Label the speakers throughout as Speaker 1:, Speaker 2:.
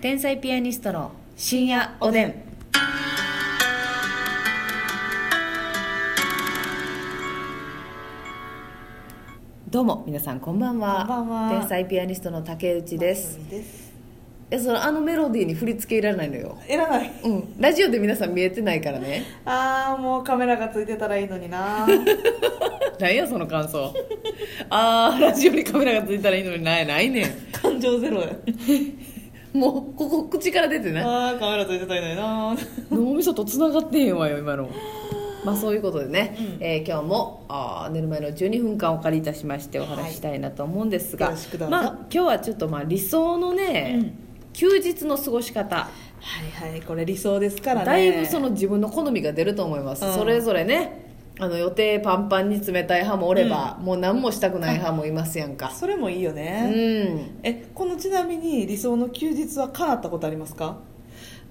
Speaker 1: 天才ピアニストの深夜おでんどうも皆さんこんばんは
Speaker 2: こんばんは
Speaker 1: 天才ピアニストの竹内です
Speaker 2: 松尾です
Speaker 1: いやそのあのメロディーに振り付けいらないのよ
Speaker 2: いらない
Speaker 1: うんラジオで皆さん見えてないから ね
Speaker 2: あーもうカメラがついてたらいいのにな
Speaker 1: なんやその感想あーラジオにカメラがついたらいいのにないないね
Speaker 2: 感情ゼロや
Speaker 1: ん もうここ口から出てない
Speaker 2: あーカメラついてたらいいのにな
Speaker 1: 脳みそと繋がってへんわよ今のまあそういうことでね、
Speaker 2: うん
Speaker 1: えー今日もあー寝る前の12分間お借りいたしましてお話ししたいなと思うんですが、
Speaker 2: はいよろしくどうぞ
Speaker 1: まあ、今日はちょっとまあ理想のね、
Speaker 2: うん
Speaker 1: 休日の過ごし方、
Speaker 2: はいはいこれ理想ですからね
Speaker 1: だいぶその自分の好みが出ると思います、
Speaker 2: うん
Speaker 1: それぞれねあの予定パンパンに冷たい派もおれば、もう何もしたくない派もいますやんか
Speaker 2: それもいいよ
Speaker 1: う
Speaker 2: ね、
Speaker 1: ん
Speaker 2: えこのちなみに理想の休日は叶ったことありますか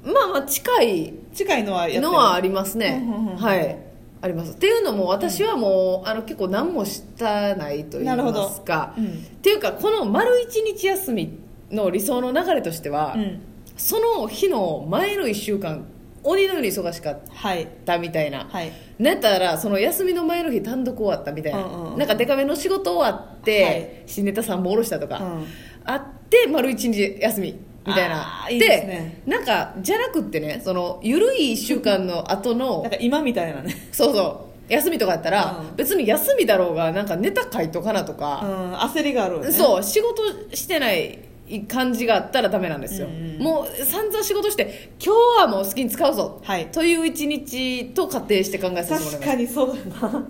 Speaker 1: まあまあ近い
Speaker 2: 近いのはやってる
Speaker 1: のはありますね、
Speaker 2: うんうんうん
Speaker 1: はいありますっていうのも私はもう、あの結構何もしたないと言い
Speaker 2: なるほ
Speaker 1: ま
Speaker 2: ど
Speaker 1: すか、
Speaker 2: うん
Speaker 1: っていうかこの丸一日休みの理想の流れとしては、
Speaker 2: うん
Speaker 1: その日の前の1週間鬼のように忙しかっ
Speaker 2: はい
Speaker 1: たみたいな、
Speaker 2: はい
Speaker 1: なんやったらその休みの前の日単独終わったみたいな、
Speaker 2: うんうんうん
Speaker 1: なんかデカめの仕事終わって、
Speaker 2: はい
Speaker 1: 新ネタ3本下ろしたとか、
Speaker 2: うん
Speaker 1: あって丸一日休みみたいな
Speaker 2: あーいいですね
Speaker 1: なんかじゃなくってねその緩い1週間の後の
Speaker 2: なんか今みたいなね、
Speaker 1: そうそう休みとかやったら、
Speaker 2: うん
Speaker 1: 別に休みだろうがなんかネタ書いとかなと
Speaker 2: う
Speaker 1: か、
Speaker 2: ん、焦りがあるわね
Speaker 1: そう仕事してない感じがあったらダメなんですよ、
Speaker 2: うんうん
Speaker 1: もう散々仕事して今日はもう好きに使うぞ、
Speaker 2: はい
Speaker 1: という一日と仮定して考えさせてもらい
Speaker 2: 確
Speaker 1: ま
Speaker 2: か
Speaker 1: す
Speaker 2: にそうだな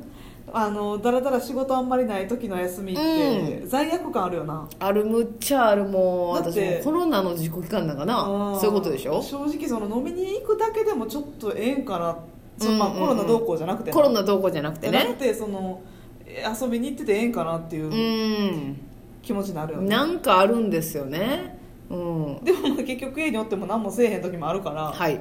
Speaker 2: あのだらだら仕事あんまりない時の休みって、罪悪感あるよな
Speaker 1: あるむっちゃあるもう
Speaker 2: だっ
Speaker 1: 私
Speaker 2: て
Speaker 1: もコロナの自己期間なんかな
Speaker 2: うん
Speaker 1: そういうことでしょ
Speaker 2: 正直その飲みに行くだけでもちょっとええんかな、そのまあ
Speaker 1: うんうん
Speaker 2: コ
Speaker 1: うん
Speaker 2: ロナどうこうじゃなくてな
Speaker 1: コロナどうこうじゃなく
Speaker 2: じ
Speaker 1: て
Speaker 2: ゃなく
Speaker 1: ね
Speaker 2: てそのえ遊びに行っててええんかなっていうう
Speaker 1: ー
Speaker 2: 気持ちになるよ
Speaker 1: ん
Speaker 2: ね、
Speaker 1: なんかあるんですよねうん
Speaker 2: でもまあ結局家におっても何もせえへん時もあるから、
Speaker 1: はい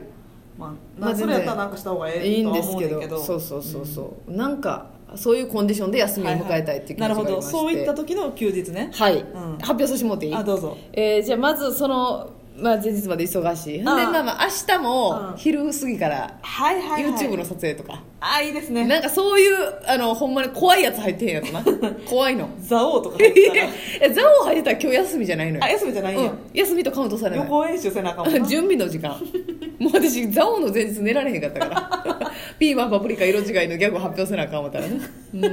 Speaker 2: まあ、
Speaker 1: まあ
Speaker 2: なそ
Speaker 1: 全然
Speaker 2: れやったらなんかした方がえ
Speaker 1: い
Speaker 2: え
Speaker 1: い
Speaker 2: と
Speaker 1: ん
Speaker 2: は
Speaker 1: です
Speaker 2: 思う
Speaker 1: け
Speaker 2: ねん
Speaker 1: ど
Speaker 2: だけど
Speaker 1: そうそうそうそう、なんかそういうコンディションで休みを迎えたいっていう気持ちが
Speaker 2: は
Speaker 1: あ
Speaker 2: いは
Speaker 1: りま
Speaker 2: いなるほど
Speaker 1: して、
Speaker 2: そういった時の休日ね
Speaker 1: はい、
Speaker 2: ん
Speaker 1: 発表させてもらっていい
Speaker 2: あどうぞ
Speaker 1: えーじゃあまずその、まあ、前日まで忙しいほんで
Speaker 2: ああ
Speaker 1: まあまあ明日
Speaker 2: う
Speaker 1: も
Speaker 2: ん
Speaker 1: 昼過ぎから
Speaker 2: はいはい、はい、
Speaker 1: YouTube の撮影とか、
Speaker 2: ああいいですね
Speaker 1: なんかそういうあのほんまに怖いやつ入ってへんやつな 怖いの
Speaker 2: 蔵王とか入ったら
Speaker 1: えザオ入ってたら今日休みじゃないのよ
Speaker 2: あ休みじゃないん
Speaker 1: う
Speaker 2: や、
Speaker 1: ん、休みとカウントされ
Speaker 2: 予
Speaker 1: ない
Speaker 2: 行演習せなあかんも んな
Speaker 1: 準備の時間もう私ザオの前日寝られへんかったから ピーマンパプリカ色違いのギャグを発表せなあかん思ったらねうん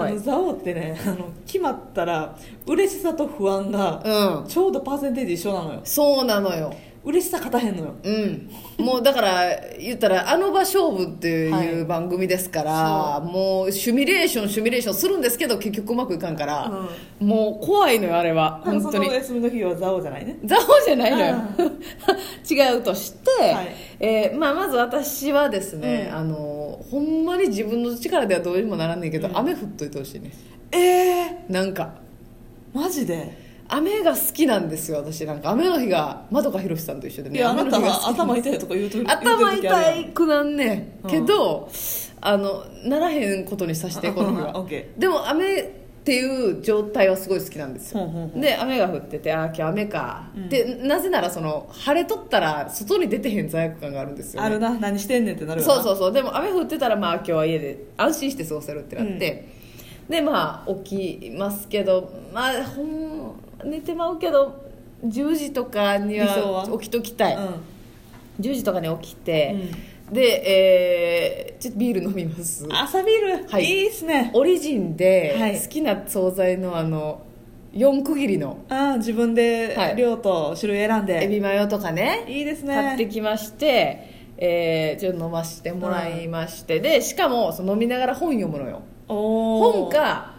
Speaker 2: あのザオってねあの決まったら嬉しさと不安が
Speaker 1: うん
Speaker 2: ちょうどパーセンテージ一緒なのよ
Speaker 1: そうなのよ
Speaker 2: 嬉しさ勝たへんのよ
Speaker 1: うんもうだから言ったら「あの場勝負」って
Speaker 2: はい
Speaker 1: いう
Speaker 2: い
Speaker 1: 番組ですから、
Speaker 2: そ
Speaker 1: もうシミュレーションシミュレーションするんですけど結局うまくいかんから、もう怖いのよあれは
Speaker 2: でも
Speaker 1: 本
Speaker 2: そ
Speaker 1: 当
Speaker 2: の
Speaker 1: に
Speaker 2: お休みの日はザオじゃないね
Speaker 1: ザオじゃないのよ 違うとして、
Speaker 2: はい
Speaker 1: えーまあ、まず私はですね、
Speaker 2: うん
Speaker 1: あのほんまに自分の力ではどうにもならんねんけど、
Speaker 2: うん
Speaker 1: 雨降っといてほしいね
Speaker 2: ええ
Speaker 1: なんか
Speaker 2: マジで
Speaker 1: 雨が好きなんですよ私なんか雨の日が窓かひろしさんと一緒で
Speaker 2: い
Speaker 1: ね
Speaker 2: やあ
Speaker 1: 雨
Speaker 2: な
Speaker 1: の
Speaker 2: た
Speaker 1: 日が
Speaker 2: は
Speaker 1: 好き
Speaker 2: 頭痛いとか言うと
Speaker 1: 頭痛い
Speaker 2: い
Speaker 1: くなんねんけど、あのならへんことにさしてこの日は
Speaker 2: オッケ
Speaker 1: でも雨っていう状態はすごい好きなんですよ、
Speaker 2: ほんほんほん
Speaker 1: で雨が降っててああ今日雨か、
Speaker 2: うん
Speaker 1: でなぜならその晴れとったら外に出てへん罪悪感があるんですよ、ね、
Speaker 2: あるな何してんねんってなるよな
Speaker 1: そうそうそうでも雨降ってたらまあ今日は家で安心して過ごせるってなって、でまあ起きますけどまあほん寝てまうけど10時とかに
Speaker 2: 理想
Speaker 1: は
Speaker 2: は
Speaker 1: 起きときたい、10時とかに起きて、
Speaker 2: う
Speaker 1: で、えーちょっとビール飲みます
Speaker 2: ん、朝ビール、
Speaker 1: はい
Speaker 2: いいっすね
Speaker 1: オリジン
Speaker 2: はい
Speaker 1: で好きな惣菜のあの4区切りの
Speaker 2: あー自分で
Speaker 1: はい
Speaker 2: 量と種類選んで、
Speaker 1: エビマヨとかね
Speaker 2: いいですね
Speaker 1: 買ってきまして、えーちょっと飲ましてもらいまして、でしかもその飲みながら本読むのよ
Speaker 2: お
Speaker 1: 本
Speaker 2: ー
Speaker 1: か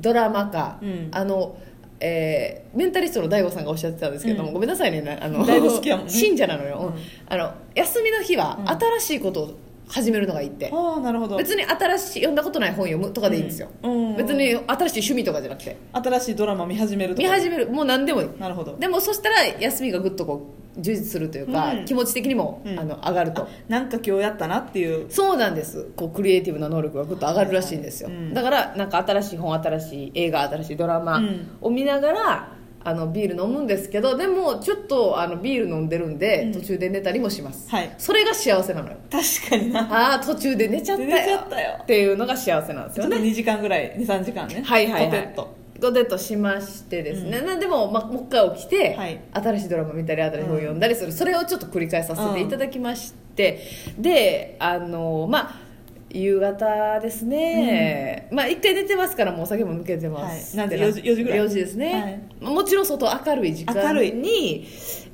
Speaker 1: ドラマか、
Speaker 2: うん
Speaker 1: あのえーメンタリストの DAIGO さんがおっしゃってたんですけども、
Speaker 2: うん
Speaker 1: ごめんなさいねなあの
Speaker 2: DaiGo 好きやもん ね
Speaker 1: 信者なのよ、うん
Speaker 2: うん
Speaker 1: あの休みの日は
Speaker 2: うん
Speaker 1: 新しいことを始めるのがいいって、
Speaker 2: ああなるほど
Speaker 1: 別に新しい読んだことない本読むとかでいいんですよ、
Speaker 2: うんうん
Speaker 1: 別に新しい趣味とかじゃなくて
Speaker 2: 新しいドラマ見始めると
Speaker 1: 見
Speaker 2: か
Speaker 1: 始めるもう何でもいい
Speaker 2: なるほど
Speaker 1: でもそしたら休みがぐっとこう充実するというか、
Speaker 2: うん
Speaker 1: 気持ち的にも、
Speaker 2: うん
Speaker 1: あの上がると
Speaker 2: なんか今日やったなっていう
Speaker 1: そうなんですこうクリエイティブな能力がぐっと上がるらしいんですよ、
Speaker 2: はいはいうん
Speaker 1: だからなんか新しい本新しい映画新しいドラマ
Speaker 2: うん
Speaker 1: を見ながら、あのビール飲むんですけどでもちょっとあのビール飲んでるんで、
Speaker 2: うん
Speaker 1: 途中で寝たりもします、
Speaker 2: はい
Speaker 1: それが幸せなのよ
Speaker 2: 確かにな
Speaker 1: ああ途中で寝ちゃったよ
Speaker 2: 寝ちゃったよ
Speaker 1: っていうのが幸せなんです
Speaker 2: ちょ
Speaker 1: よ
Speaker 2: っと
Speaker 1: ね
Speaker 2: 2時間ぐらい23時間ね
Speaker 1: はいはいは
Speaker 2: ポテ
Speaker 1: い
Speaker 2: ッと
Speaker 1: ゴテッとしましてですね、なでも、まあ、もう一回起きて、
Speaker 2: はい
Speaker 1: 新しいドラマ見たり新しい本読んだりする、それをちょっと繰り返させていただきまして、であのまあ夕方ですね、まあ一回寝てますからもうお酒も抜けてます、
Speaker 2: はいなんで
Speaker 1: て
Speaker 2: 4時4時ぐらい
Speaker 1: 4時ですね、もちろん外明るい時間
Speaker 2: 明る
Speaker 1: に、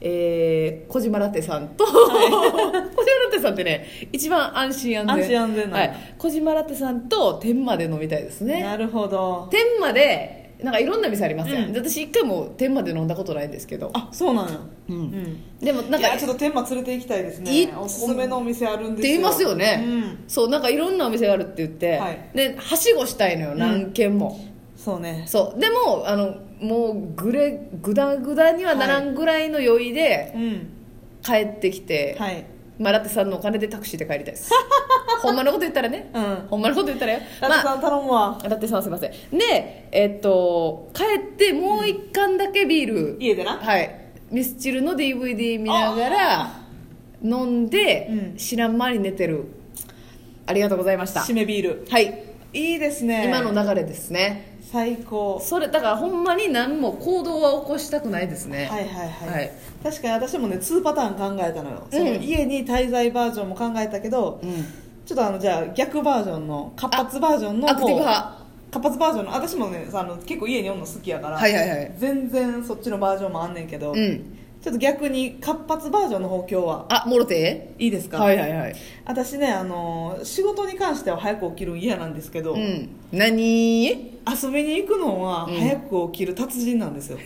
Speaker 1: えー、小島ラテさんと、 小島ラテさんってね一番安心安全
Speaker 2: 安心安全なんだ
Speaker 1: はい、小島ラテさんと天まで飲みたいですね
Speaker 2: なるほど
Speaker 1: 天までなんかいろんな店ありますやん、
Speaker 2: うん
Speaker 1: で私一回も天まで飲んだことないんですけど
Speaker 2: あそうなんや
Speaker 1: う
Speaker 2: うんん
Speaker 1: でもな
Speaker 2: なん
Speaker 1: ん
Speaker 2: か
Speaker 1: かっ
Speaker 2: ち
Speaker 1: て
Speaker 2: ょっと天満連れて行きたいです
Speaker 1: い
Speaker 2: ねおすすめのお店あるんですよ
Speaker 1: 言いますよね、
Speaker 2: うん
Speaker 1: そうなんかいろんなお店があるって言って、
Speaker 2: はい
Speaker 1: ではしごしたいのよ
Speaker 2: ん
Speaker 1: 何軒も、
Speaker 2: そうね
Speaker 1: そうでもあのもうぐれぐだぐだにはならんぐらいの酔いで
Speaker 2: うん
Speaker 1: 帰ってきて、
Speaker 2: はい
Speaker 1: まあラテさんのお金でタクシーで帰りたいです ほんまのこと言ったらね
Speaker 2: うん
Speaker 1: ほんまのこと言ったらよ
Speaker 2: ラ
Speaker 1: ま
Speaker 2: テ
Speaker 1: あ
Speaker 2: さん頼むわ
Speaker 1: だってさんすいませんでえっと帰ってもう一缶だけビール、
Speaker 2: 家でな
Speaker 1: はいミスチルの DVD 見ながら飲んで、
Speaker 2: うん
Speaker 1: 知らん間に寝てるありがとうございました
Speaker 2: 締めビール
Speaker 1: はい
Speaker 2: いいですね
Speaker 1: 今の流れですね
Speaker 2: 最高
Speaker 1: それだからほんまに何も行動は起こしたくないですね、
Speaker 2: はいはいはい、
Speaker 1: はい
Speaker 2: 確かに私もね2パターン考えたのよ、
Speaker 1: うん
Speaker 2: その家に滞在バージョンも考えたけど
Speaker 1: うん、
Speaker 2: ちょっとあのじゃあ逆バージョンの活発バージョンの
Speaker 1: アクティブ
Speaker 2: もう
Speaker 1: 派
Speaker 2: 活発バージョンの私もねあの結構家におんの好きやから、
Speaker 1: はいはいはい
Speaker 2: 全然そっちのバージョンもあんねんけど、
Speaker 1: う
Speaker 2: ち
Speaker 1: ん
Speaker 2: ょっと逆に活発バージョンの方今日は
Speaker 1: あもろて
Speaker 2: いいですか、
Speaker 1: はいはいはい
Speaker 2: 私ねあの仕事に関しては早く起きるん嫌なんですけど、
Speaker 1: う
Speaker 2: 遊
Speaker 1: ん何
Speaker 2: びに行くのは
Speaker 1: うん
Speaker 2: 早く起きる達人なん ですよ、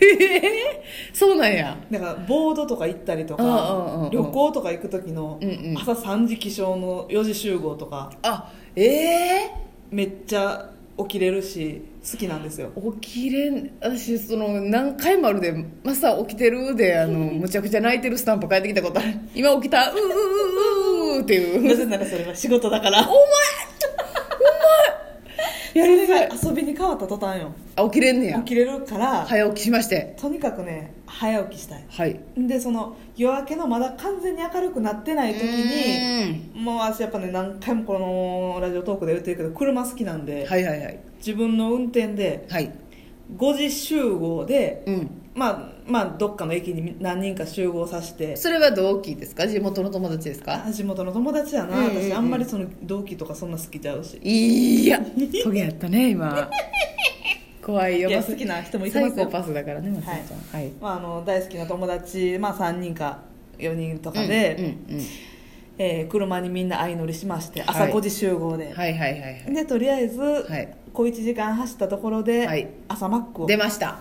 Speaker 1: そうなんや
Speaker 2: だからボードとか行ったりと
Speaker 1: うんうんうんう
Speaker 2: か
Speaker 1: ん
Speaker 2: 旅行とか行く時の
Speaker 1: うんうん
Speaker 2: 朝3時起床の4時集合とか
Speaker 1: あええ
Speaker 2: めっちゃ起きれるし好きなんですよ
Speaker 1: 起きれん私その何回もあるで「マサ起きてる?」 であのむちゃくちゃ泣いてるスタンプ返ってきたことある「今起きたううううう」っていう
Speaker 2: なぜならそれは仕事だ からお前お前やりそれが遊びに変わった途端よ
Speaker 1: あ起きれんね
Speaker 2: 起
Speaker 1: や
Speaker 2: きれるから
Speaker 1: 早起きしまして
Speaker 2: とにかくね早起きしたい
Speaker 1: はい
Speaker 2: でその夜明けのまだ完全に明るくなってない時にもう私やっぱね何回もこのラジオトークで言ってるけど車好きな
Speaker 1: う
Speaker 2: ん
Speaker 1: ーん
Speaker 2: で
Speaker 1: はいはいはい
Speaker 2: 自分の運転で
Speaker 1: はい
Speaker 2: 5時集合で
Speaker 1: うん
Speaker 2: まあまあどっかの駅に何人か集合させて
Speaker 1: それは同期ですか地元の友達ですか
Speaker 2: あ地元の友達やな、
Speaker 1: うんうんうん
Speaker 2: 私あんまりその同期とかそんな好きちゃうし
Speaker 1: い やトゲやったね今怖い
Speaker 2: い
Speaker 1: よ
Speaker 2: や
Speaker 1: マス
Speaker 2: 好きな人もいて
Speaker 1: サ
Speaker 2: ま
Speaker 1: イ
Speaker 2: す
Speaker 1: コ
Speaker 2: よ、
Speaker 1: パスだからねマサちゃんはい
Speaker 2: まあ、あの大好きな友達、まあ、3人か4人とかで、
Speaker 1: うんうん
Speaker 2: えー車にみんな相乗りしまして
Speaker 1: はい
Speaker 2: 朝5時集合で、
Speaker 1: うんはいはいはいはい
Speaker 2: でとりあえず、
Speaker 1: い
Speaker 2: 小1時間走ったところで、
Speaker 1: はい
Speaker 2: 朝マックを
Speaker 1: 出ました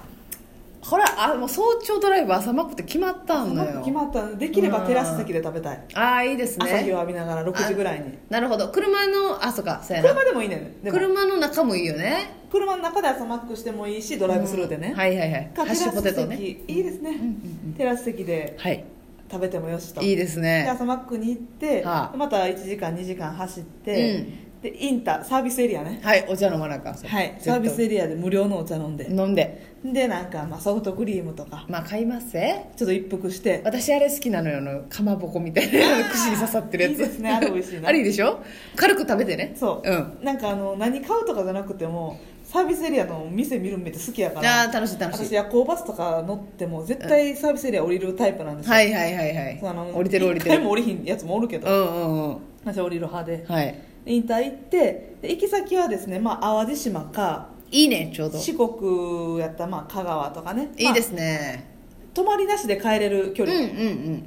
Speaker 1: ほらあもう早朝ドライブ朝マックって決まった
Speaker 2: 朝
Speaker 1: ん
Speaker 2: マ
Speaker 1: だ
Speaker 2: ック
Speaker 1: よ
Speaker 2: 決まったのでできればテラス席で食べたい、
Speaker 1: ああいいです
Speaker 2: 朝日を
Speaker 1: ね
Speaker 2: 浴びながら6時ぐらいに
Speaker 1: なるほど車のあそうかそうやな
Speaker 2: 車でもいいねんでも
Speaker 1: 車の中もいいよね
Speaker 2: 車の中で朝マックしてもいいしドライブスルーでね、
Speaker 1: はいはいはい
Speaker 2: か
Speaker 1: ハッ
Speaker 2: テラ
Speaker 1: シュポ
Speaker 2: ス
Speaker 1: テ
Speaker 2: 席、
Speaker 1: トね
Speaker 2: いいですね、
Speaker 1: うんうん
Speaker 2: テラス席で
Speaker 1: はい
Speaker 2: 食べてもよしと
Speaker 1: いいです
Speaker 2: で
Speaker 1: ね
Speaker 2: 朝マックに行って、
Speaker 1: はあ
Speaker 2: また1時間2時間走って、でインターサービスエリアね
Speaker 1: はいお茶飲まなあかんそれ
Speaker 2: はい
Speaker 1: 絶
Speaker 2: サ
Speaker 1: 対
Speaker 2: ービスエリアで無料のお茶飲んで、
Speaker 1: 飲んで
Speaker 2: でなんか、まあ、ソフトクリームとか
Speaker 1: まあ買いますぜ
Speaker 2: ちょっと一服して
Speaker 1: 私あれ好きなのよあのかまぼこみたいな串に刺さってるやつ
Speaker 2: いいですねあれ美味しい な
Speaker 1: あれいいでしょ軽く食べてね
Speaker 2: そう、
Speaker 1: ん
Speaker 2: なんかあの何買うとかじゃなくてもサービスエリアの店見るのめっちゃ好きやか
Speaker 1: あ
Speaker 2: ら
Speaker 1: あ楽しい楽しい
Speaker 2: 私夜行バスとか乗っても絶対サービスエリア降りるタイプなんですよ、
Speaker 1: はいはいはいはい
Speaker 2: そうあの
Speaker 1: 降りてる降りて
Speaker 2: 一回
Speaker 1: る
Speaker 2: も降りひんやつもおるけ
Speaker 1: う
Speaker 2: ど、
Speaker 1: んうんうん
Speaker 2: 私は降りる派で
Speaker 1: はい
Speaker 2: インター行ってで行き先はですね、まあ、淡路島か
Speaker 1: いいねちょうど
Speaker 2: 四国やったらまあ香川とかね、
Speaker 1: いいですすね、
Speaker 2: まあ泊まりなしで帰れる距
Speaker 1: うん
Speaker 2: 離、
Speaker 1: うんうんう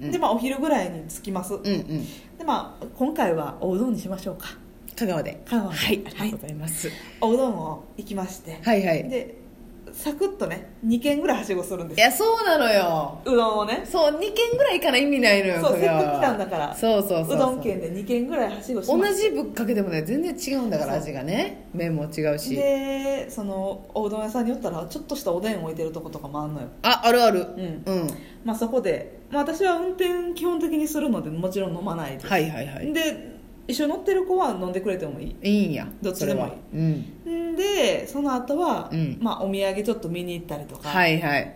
Speaker 1: ん
Speaker 2: でまあお昼ぐらいに着きます、
Speaker 1: うんうん
Speaker 2: でまあ今回はおうどんにしましょうか
Speaker 1: 香川で
Speaker 2: 香川
Speaker 1: はいありが
Speaker 2: は
Speaker 1: とう
Speaker 2: い
Speaker 1: ございます
Speaker 2: おうどんを行きまして、
Speaker 1: はいはい
Speaker 2: でサクッとね2軒ぐらいはしごするんで
Speaker 1: い
Speaker 2: す
Speaker 1: やそうなのよ
Speaker 2: うどんをね
Speaker 1: そう2軒ぐらい行かない意味ないのよ
Speaker 2: そう
Speaker 1: 香川は
Speaker 2: せっかく来たんだから
Speaker 1: そうそうそう
Speaker 2: う
Speaker 1: そう
Speaker 2: どん県で2軒ぐらいはしごしま
Speaker 1: 同
Speaker 2: す
Speaker 1: じぶっかけでもね全然違うんだから
Speaker 2: そう
Speaker 1: 味がね麺も違うし
Speaker 2: でそのおうどん屋さんによったらちょっとしたおでん置いてるとことかもあんのよ、
Speaker 1: ああるある
Speaker 2: うん
Speaker 1: うん
Speaker 2: まあ、そこで、まあ、私は運転基本的にするのでもちろん飲まないです、
Speaker 1: はいはいはい
Speaker 2: で一緒に乗ってる子は飲んでくれてもいい
Speaker 1: いいんや
Speaker 2: どっちでもいい
Speaker 1: それはうん
Speaker 2: んでその後は、
Speaker 1: うん
Speaker 2: まあお土産ちょっと見に行ったりとか、
Speaker 1: はいはい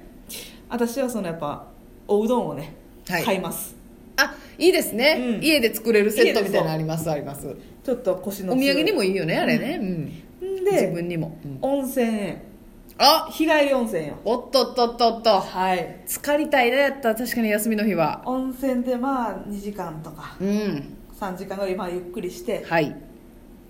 Speaker 2: 私はそのやっぱおうどんをね、
Speaker 1: はい
Speaker 2: 買います
Speaker 1: あいいですね、
Speaker 2: うん
Speaker 1: 家で作れるセットみたいなのありますあります
Speaker 2: ちょっと腰の
Speaker 1: お土産にも
Speaker 2: い
Speaker 1: いいよねあれね、うん
Speaker 2: い
Speaker 1: 自
Speaker 2: で
Speaker 1: 分にも、うん
Speaker 2: 温泉へ
Speaker 1: あ
Speaker 2: 日帰り温泉よ
Speaker 1: おっとっとっとっと
Speaker 2: はい
Speaker 1: 疲れたいなやった確かに休みの日は
Speaker 2: 温泉でまあ2時間とか
Speaker 1: うん
Speaker 2: 3時間ぐらいまあゆっくりして
Speaker 1: はい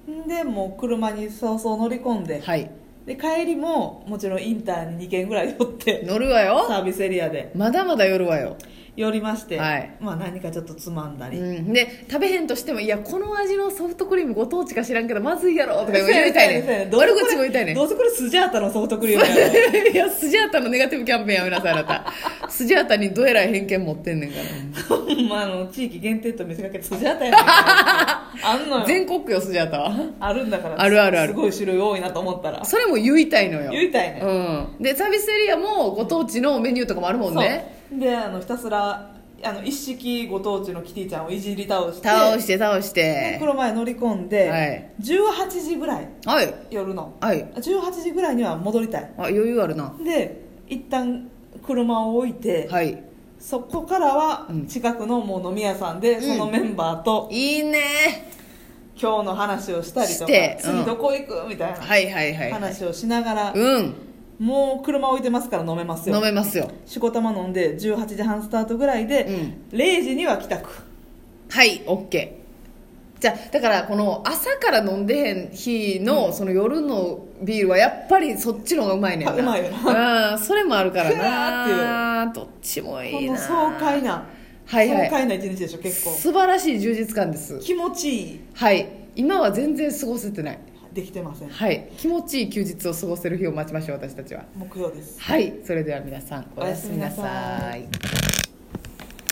Speaker 2: んでもう車にそうそう乗り込んで
Speaker 1: はい
Speaker 2: で帰りももちろんインターに2軒ぐらい寄って
Speaker 1: 乗るわよ
Speaker 2: サービスエリアで
Speaker 1: まだまだ夜はよ、
Speaker 2: 寄りまして、
Speaker 1: はい
Speaker 2: まあ何かちょっとつまんだ
Speaker 1: う
Speaker 2: り、
Speaker 1: ん、で食べへんとしてもいやこの味のソフトクリームご当地か知らんけどまずいやろとか言
Speaker 2: そうや
Speaker 1: いたい
Speaker 2: そうや
Speaker 1: ね
Speaker 2: どうせ
Speaker 1: 悪
Speaker 2: これ
Speaker 1: 口も言いたいね
Speaker 2: どうせこれスジャータのソフトクリームやろ
Speaker 1: いやスジャータのネガティブキャンペーンやめなさいあなたスジャータにどえらい偏見持ってんねんから
Speaker 2: まああの地域限定と見せかけてスジャータやねん あんのよ
Speaker 1: 全国よスジャータは
Speaker 2: あるんだから
Speaker 1: あるあるある
Speaker 2: すごい種類多いなと思ったら
Speaker 1: それも言いたいのよ
Speaker 2: 言いたいね
Speaker 1: うん、でサービスエリアもご当地のメニューとかもあるもんね
Speaker 2: そうであのひたすらあの一式ご当地のキティちゃんをいじり倒して
Speaker 1: 倒して倒し
Speaker 2: で
Speaker 1: て
Speaker 2: 車へ乗り込ん
Speaker 1: は
Speaker 2: で
Speaker 1: い、
Speaker 2: 18時ぐらい
Speaker 1: はい
Speaker 2: 夜の
Speaker 1: はい
Speaker 2: 18時ぐらいには戻りたい
Speaker 1: あ余裕あるな
Speaker 2: で一旦車を置いて、
Speaker 1: はい
Speaker 2: そこからは
Speaker 1: うん
Speaker 2: 近くのもう飲み屋さんで、
Speaker 1: ん
Speaker 2: そのメンバーと
Speaker 1: いいね
Speaker 2: 今日の話をしたりと
Speaker 1: し
Speaker 2: か、
Speaker 1: てうん
Speaker 2: 次どこ行くみたいな
Speaker 1: はいはいはいはい
Speaker 2: 話をしながら、
Speaker 1: うん
Speaker 2: もう車置いてますから飲めますよ
Speaker 1: 飲めますよ
Speaker 2: しこたま飲んで18時半スタートぐらいで、
Speaker 1: う
Speaker 2: 0時には帰宅
Speaker 1: はいオッケーじゃあだからこの朝から飲んでへん日の、その夜のビールはやっぱりそっちの方がうまいねんな
Speaker 2: あうまいよ
Speaker 1: なそれもあるから
Speaker 2: ふわ
Speaker 1: などっちもい
Speaker 2: こ
Speaker 1: いな
Speaker 2: の爽快な、
Speaker 1: はいはい
Speaker 2: 爽快な一日でしょ結構
Speaker 1: 素晴らしい充実感です
Speaker 2: 気持ちいい
Speaker 1: はい今は全然過ごせてない
Speaker 2: できてません
Speaker 1: はい気持ちいい休日を過ごせる日を待ちましょう私たちは
Speaker 2: 目標です
Speaker 1: はいそれでは皆さんおやすみな
Speaker 2: おやすみな
Speaker 1: さ
Speaker 2: さ
Speaker 1: い